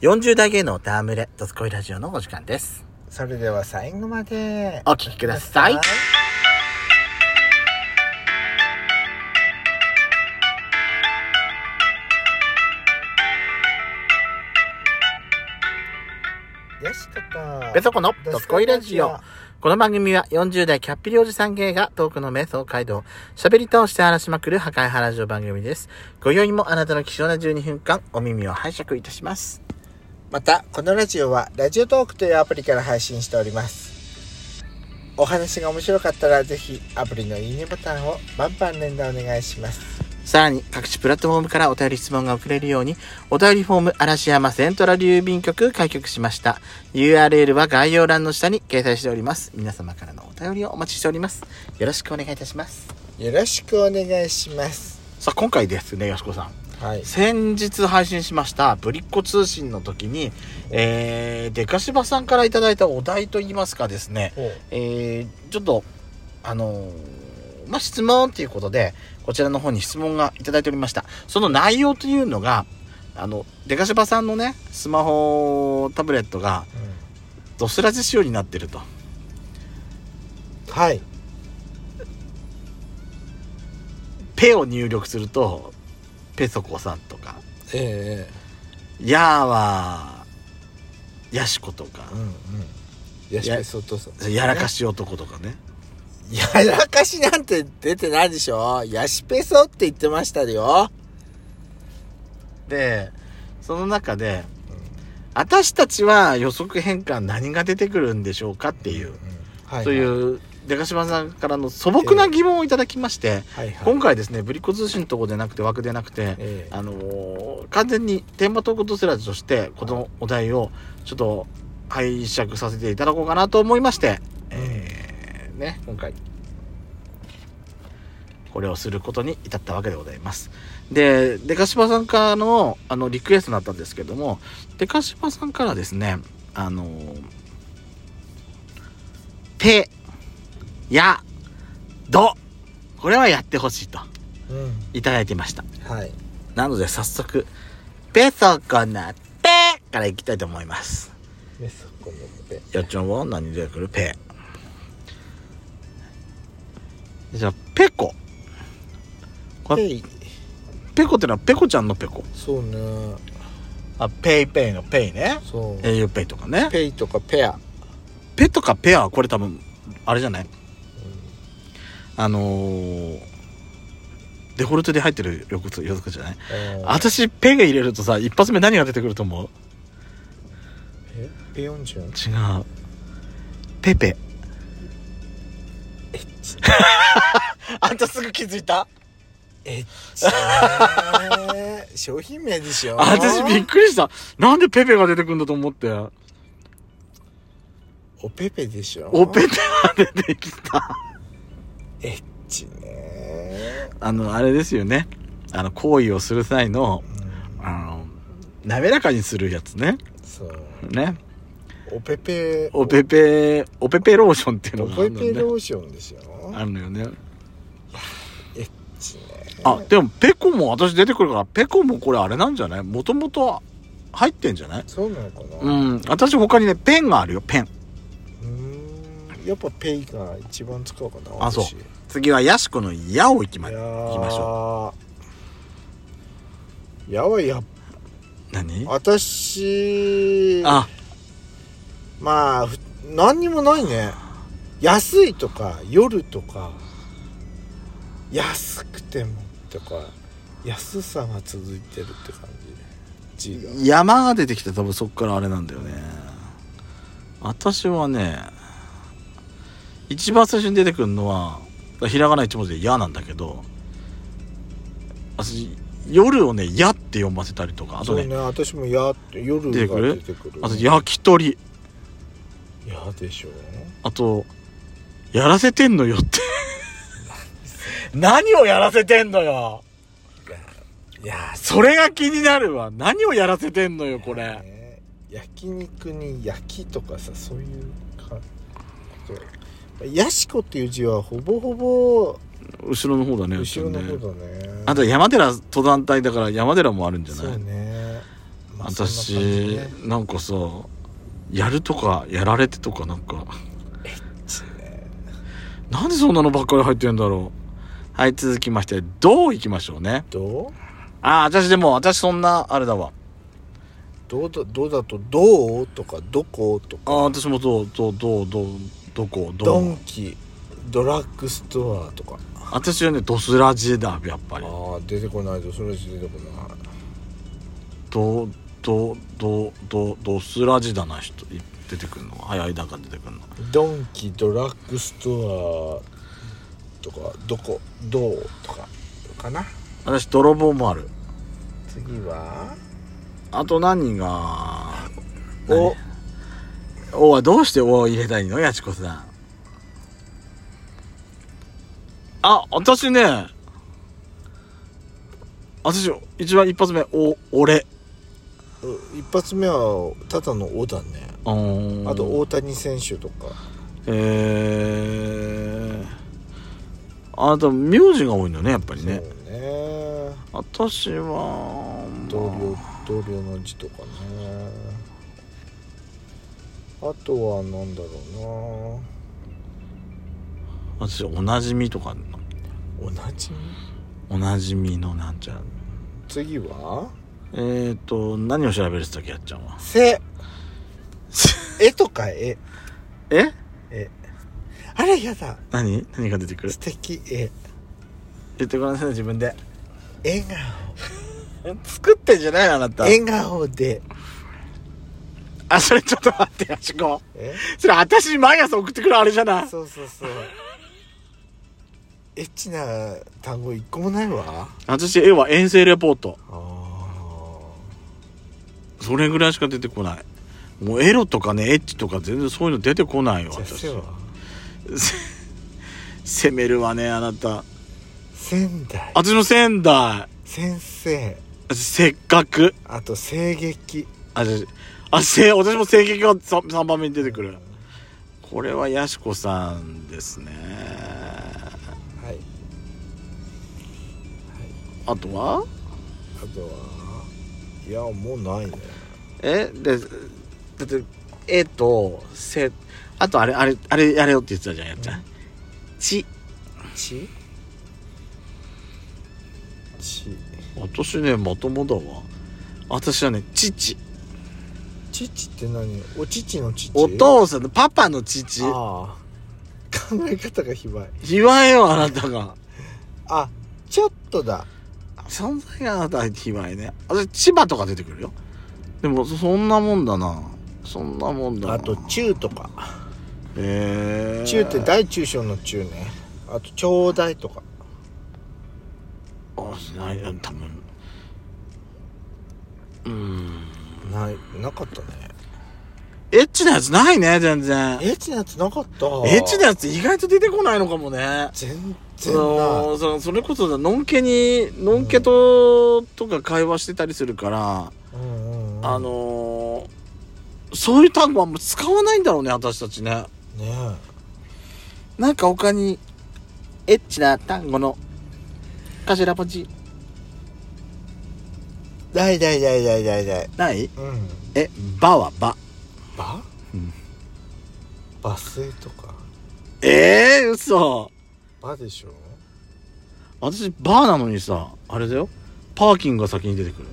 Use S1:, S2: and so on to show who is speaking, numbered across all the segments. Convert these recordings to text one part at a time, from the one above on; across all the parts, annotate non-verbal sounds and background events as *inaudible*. S1: 40代芸能ダームレ、ドスコイラジオのお時間です。
S2: それでは最後まで
S1: お聞きください。
S2: よしこと
S1: ベソコのドスコイラジオ。この番組は40代キャッピリおじさん芸がトークの瞑想街道を喋り通して荒らしまくる破壊派ラジオ番組です。ご用意もあなたの貴重な12分間、お耳を拝借いたします。
S2: またこのラジオはラジオトークというアプリから配信しておりますお話が面白かったらぜひアプリのいいねボタンをバンバン連打お願いします
S1: さらに各種プラットフォームからお便り質問が送れるように、お便りフォーム嵐山セントラル郵便局開局しました。URL は概要欄の下に掲載しております。皆様からのお便りをお待ちしております。よろしくお願いいたします。
S2: よろしくお願いします
S1: さあ、今回ですね、やすこさん。
S2: はい
S1: 先日配信しましたぶりっ子通信の時に、えー、でかしばさんからいただいたお題といいますかですね、
S2: ほう
S1: えー、ちょっと、あのーまあ、質問ということで、こちらの方に質問がいただいておりました。その内容というのが、あの、でかしばさんのね、スマホ、タブレットが、
S2: う
S1: ドスラジ仕様になってると。
S2: んはい
S1: ペを入力すると、ペソコさんとか、
S2: え
S1: ヤーは、ヤシコとか
S2: え、うんうんよし
S1: や
S2: そうとそう
S1: やらかし男とかね。
S2: やらかしなんて出てないでしょヤシペソって言ってましたよ。
S1: でその中で、私たちは予測変換何が出てくるんでしょうかっていう、
S2: は
S1: という出島さんからの素朴な疑問をいただきまして、
S2: はいはい。
S1: 今回ですねブリコ通信のとこでなくて枠でなくて、
S2: ええ
S1: あのー完全にテーマトークドスラジとしてこのお題をちょっと拝借させていただこうかなと思いまして、えーね今回これをすることに至ったわけでございます。で、デカシバさんからのあのリクエストだったんですけども、デカシバさんからですね、あのー、ペ、や、ど、これはやってほしいと
S2: うん。
S1: いただいてました。
S2: はい。
S1: なので早速、ペソコのペからいきたいと思います。
S2: で、そこのペ。
S1: やっちゃんは何出てくるペ。じゃあ、ペコ。これ
S2: ペイ。
S1: ペコってのはペコちゃんのペコ。
S2: そうね。
S1: あ、ペイペイのペイね。
S2: そう。
S1: 英雄ペイとかね。
S2: ペイとかペア。
S1: ペとかペアはこれ多分、あれじゃないあのー、デフォルトで入ってるよく予測じゃない
S2: あ
S1: 私、ペが入れるとさ、一発目何が出てくると思う
S2: えペヨンジュン
S1: 違う。ペペ。 *laughs* あんたすぐ気づいた
S2: えっち商品名でしょ
S1: あ私びっくりした。なんでペペが出てくんだと思って。
S2: おペペでしょ
S1: おペペが出てきた。
S2: えっちね。
S1: あの、あれですよね。あの、行為をする際の、
S2: うん
S1: あの、滑らかにするやつね。
S2: そう。
S1: ね。
S2: おペペ。
S1: おペペ、おペペローションっていうの
S2: お
S1: があ
S2: ペ
S1: るの
S2: ペ
S1: ね
S2: ロ。ーションですよ。
S1: あるのよね。
S2: えっちね。
S1: あ、でもペコも私出てくるから、ペコもこれあれなんじゃないもともと入ってんじゃない
S2: そうなのかな
S1: うん。私他にね、ペンがあるよ、ペン。
S2: うーんやっぱペイが一番使うかな
S1: あそう
S2: 私い
S1: 次はヤシコの矢をいきま、
S2: や
S1: いき
S2: ー
S1: ましょ
S2: やばいや
S1: う。何
S2: 私
S1: あ、
S2: まあふ何にもないね安いとか夜とか安くてもとか安さが続いてるって感じ G が
S1: 山が出てきて多分そっからあれなんだよね私はね一番最初に出てくるのはひらがな一文字で「や」なんだけど私夜をね「や」って読ませたりとかあと
S2: そう
S1: ね
S2: ね私もやって夜
S1: 出てく
S2: が
S1: る
S2: 出てくる
S1: あと「焼き鳥
S2: やでしょ」
S1: あと「やらせてんのよ」って *laughs* 何をやらせてんのよ
S2: いや
S1: それが気になるわ何をやらせてんのよこれ
S2: ね焼肉に焼きとかさそういうかヤシコっていう字はほぼほぼ
S1: 後ろの方だね
S2: 後ろの
S1: うちね
S2: 方だね
S1: あと山寺登山隊だから山寺もあるんじゃ
S2: そ
S1: ない、
S2: うね、ま
S1: 私
S2: そんな感じね
S1: なんかさやるとかやられてとかなんかなんでそんなのばっかり入ってんだろうはい続きまして「どう」いきましょうね
S2: どう
S1: ああ私でも私そんなあれだわ
S2: どうだどうだとどうとかどこと
S1: あ
S2: か
S1: あ私もどうどうどうどうどこど
S2: ド
S1: う
S2: ンキドラッグストアとか
S1: 私はねドスラジだやっぱり
S2: ああ出てこないとそれじゃ出てこない
S1: どうどうどうどうドスラジだな人い出てくるの早い段階で出てくるの
S2: ドンキドラッグストアとかどこどうとかかな
S1: 私泥棒もある
S2: 次は
S1: あと何が
S2: お
S1: 「お」はどうして「お」を入れたいのやちこさんあ私ね私一番一発目「お」「俺
S2: う一発目はただの「お」だね」あと
S1: お
S2: 大谷選手とか
S1: えーあと名字が多いのねやっぱりね
S2: そうね
S1: 私は
S2: 同僚同僚の字とかねあとはなんだろ
S1: 私おなじみとか
S2: うな同じ
S1: おなじみのなんちゃら
S2: 次は
S1: えっ、ー、と何を調べるってたっけやっちゃんは
S2: 「 *laughs* せ」「え」とか「え
S1: え」
S2: あれやだ
S1: 何何が出てくる
S2: 素敵え
S1: 言ってください自分で
S2: 笑
S1: 作ってんじゃないよあなた
S2: 顔笑顔で
S1: あそれちょっと待ってやしこ
S2: え
S1: それ私に毎朝送ってくるあれじゃない
S2: そうそう *laughs* そうエッチな単語一個もないわ
S1: 私絵は遠征レポート
S2: ああ
S1: それぐらいしか出てこないもうエロとかねエッチとか全然そういうの出てこないよ
S2: じゃあ「
S1: 私
S2: せ」は
S1: 攻めるわねあなた
S2: 「仙台」
S1: 私も仙台
S2: 「先生
S1: 私せっかく」
S2: あと「声劇
S1: あ私あせ私も性劇が 3, 三番目に出てくるこれはやしこさんですね」
S2: はい
S1: あとは
S2: あとはいやもうないね
S1: えでだって「え」と「せ」あとあれあれあれやれよって言ってたじゃんやっちゃん「ち
S2: ちち」
S1: 私ねまともだわ私はね「父」
S2: 父って何お乳の父
S1: お父さんのパパの父
S2: ああ考え方がひばい
S1: ひわえよあなたが
S2: あちょっとだ
S1: 存在があなたはひわえね私千葉とか出てくるよでもそそんなもんだなそんなもんだな
S2: あと中とか
S1: えー、
S2: 中って大中小の中ねあとちょうだいとか
S1: あしないよ多分うーん
S2: ないなかったね
S1: エッチなやつないね全然
S2: エッチなやつなかった
S1: エッチなやつ意外と出てこないのかもね。
S2: 全
S1: そ
S2: 然ない
S1: のそそれこそだ、のんけに、のんけと、とか会話してたりするから、
S2: うんうんうん
S1: あのーそういう単語はあんま使わないんだろうね、私たちね。
S2: ね
S1: なんか他に、エッチな単語の、頭文字、
S2: え大大大大大大
S1: ない
S2: うん
S1: え、ばはば。
S2: バ
S1: うん
S2: バスへとか
S1: ええー、嘘。
S2: バでしょ
S1: 私、ばなのにさ、あれだよ。パーキングが先に出てくる。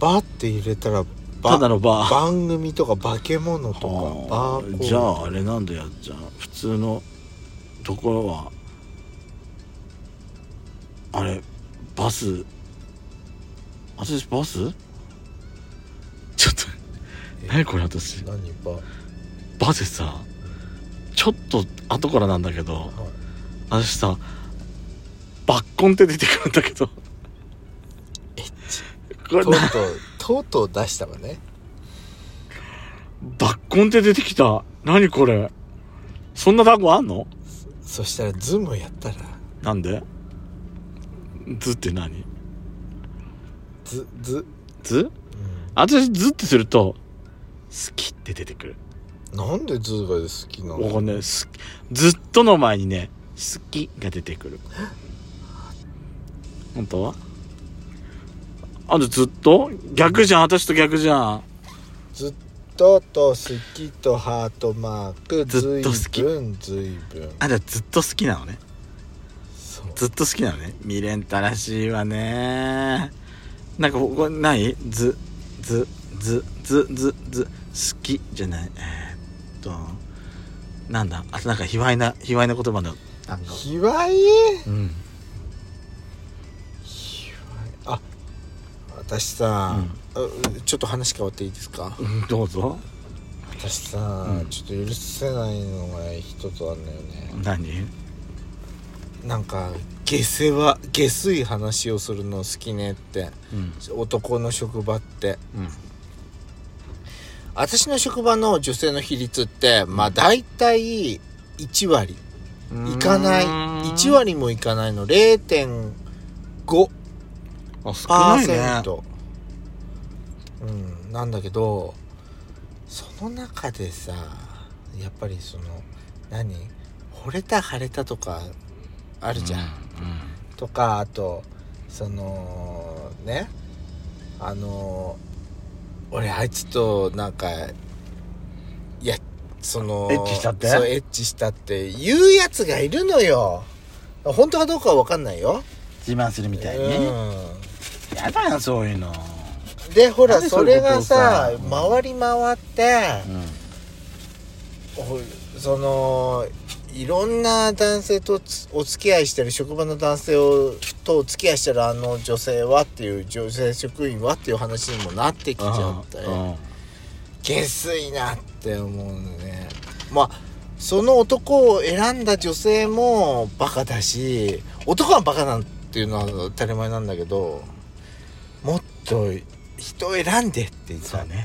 S2: バって入れたらバ
S1: ただのバー。
S2: 番組とか化け物とか
S1: は
S2: バ
S1: あ
S2: ーコード
S1: じゃああれなんだよじゃあ普通のところはあれバス私バスちょっと何これ私
S2: 何バは
S1: バスさちょっと後からなんだけど
S2: い
S1: 私さバッコンって出てくるんだけどこれ
S2: とうとう
S1: な
S2: とうとう出したわね
S1: バッコンって出てきた何これそんな単語あんの
S2: そしたらズームやったら
S1: なんで図って何
S2: ズズ、
S1: 図
S2: う
S1: 私図ってすると「好き」って出てくる
S2: ん、なんでズーが好きな
S1: ここ
S2: の
S1: ねすずっとの前にね「好き」が出てくる本当はあんたずっと逆じゃん。私と逆じゃん。
S2: ずっとと好きとハートマーク
S1: ずっと好き
S2: ずいぶんずいぶん
S1: あんたずっと好きなのね。
S2: そう
S1: ずっと好きなのね。未練たらしいわね。なんかここないず、ず、ず、ず、ず、ず、好きじゃない。えーっと、なんだ。あとなんか卑猥な、卑猥な言葉の単語。
S2: 卑猥
S1: うん。
S2: 卑猥あ私さ、うちょっと話変わっていいですか
S1: うんどうぞ。
S2: 私さ、
S1: うん
S2: ちょっと許せないのが人とあんだよね、
S1: 何
S2: なんか下世話下水話をするの好きねって
S1: うん。
S2: 男の職場って
S1: うん。
S2: 私の職場の女性の比率ってまあ大体1割いかない1割もいかないの0.5%
S1: あ少ないね
S2: うんなんだけどその中でさやっぱりその何惚れた腫れたとかあるじゃん、とかあとそのねあの俺あいつとなんかいやその
S1: エッチしたって
S2: そうエッチしたって言うやつがいるのよ本当かどうかは分かんないよ、
S1: 自慢するみたいね、
S2: う
S1: やだよそういうの
S2: ん、でほら
S1: なんで
S2: そ
S1: そうい
S2: れ
S1: うこと
S2: が
S1: を
S2: さ
S1: さ
S2: 回り回って、
S1: うん
S2: おそのいろんな男性とつお付き合いしてる職場の男性をとお付き合いしてるあの女性はっていう女性職員はっていう話にもなってきちゃって下水なって思うのねまあその男を選んだ女性もバカだし男はバカなんていうのは当たり前なんだけどもっと人を選んでって言っ
S1: そう
S2: た
S1: ね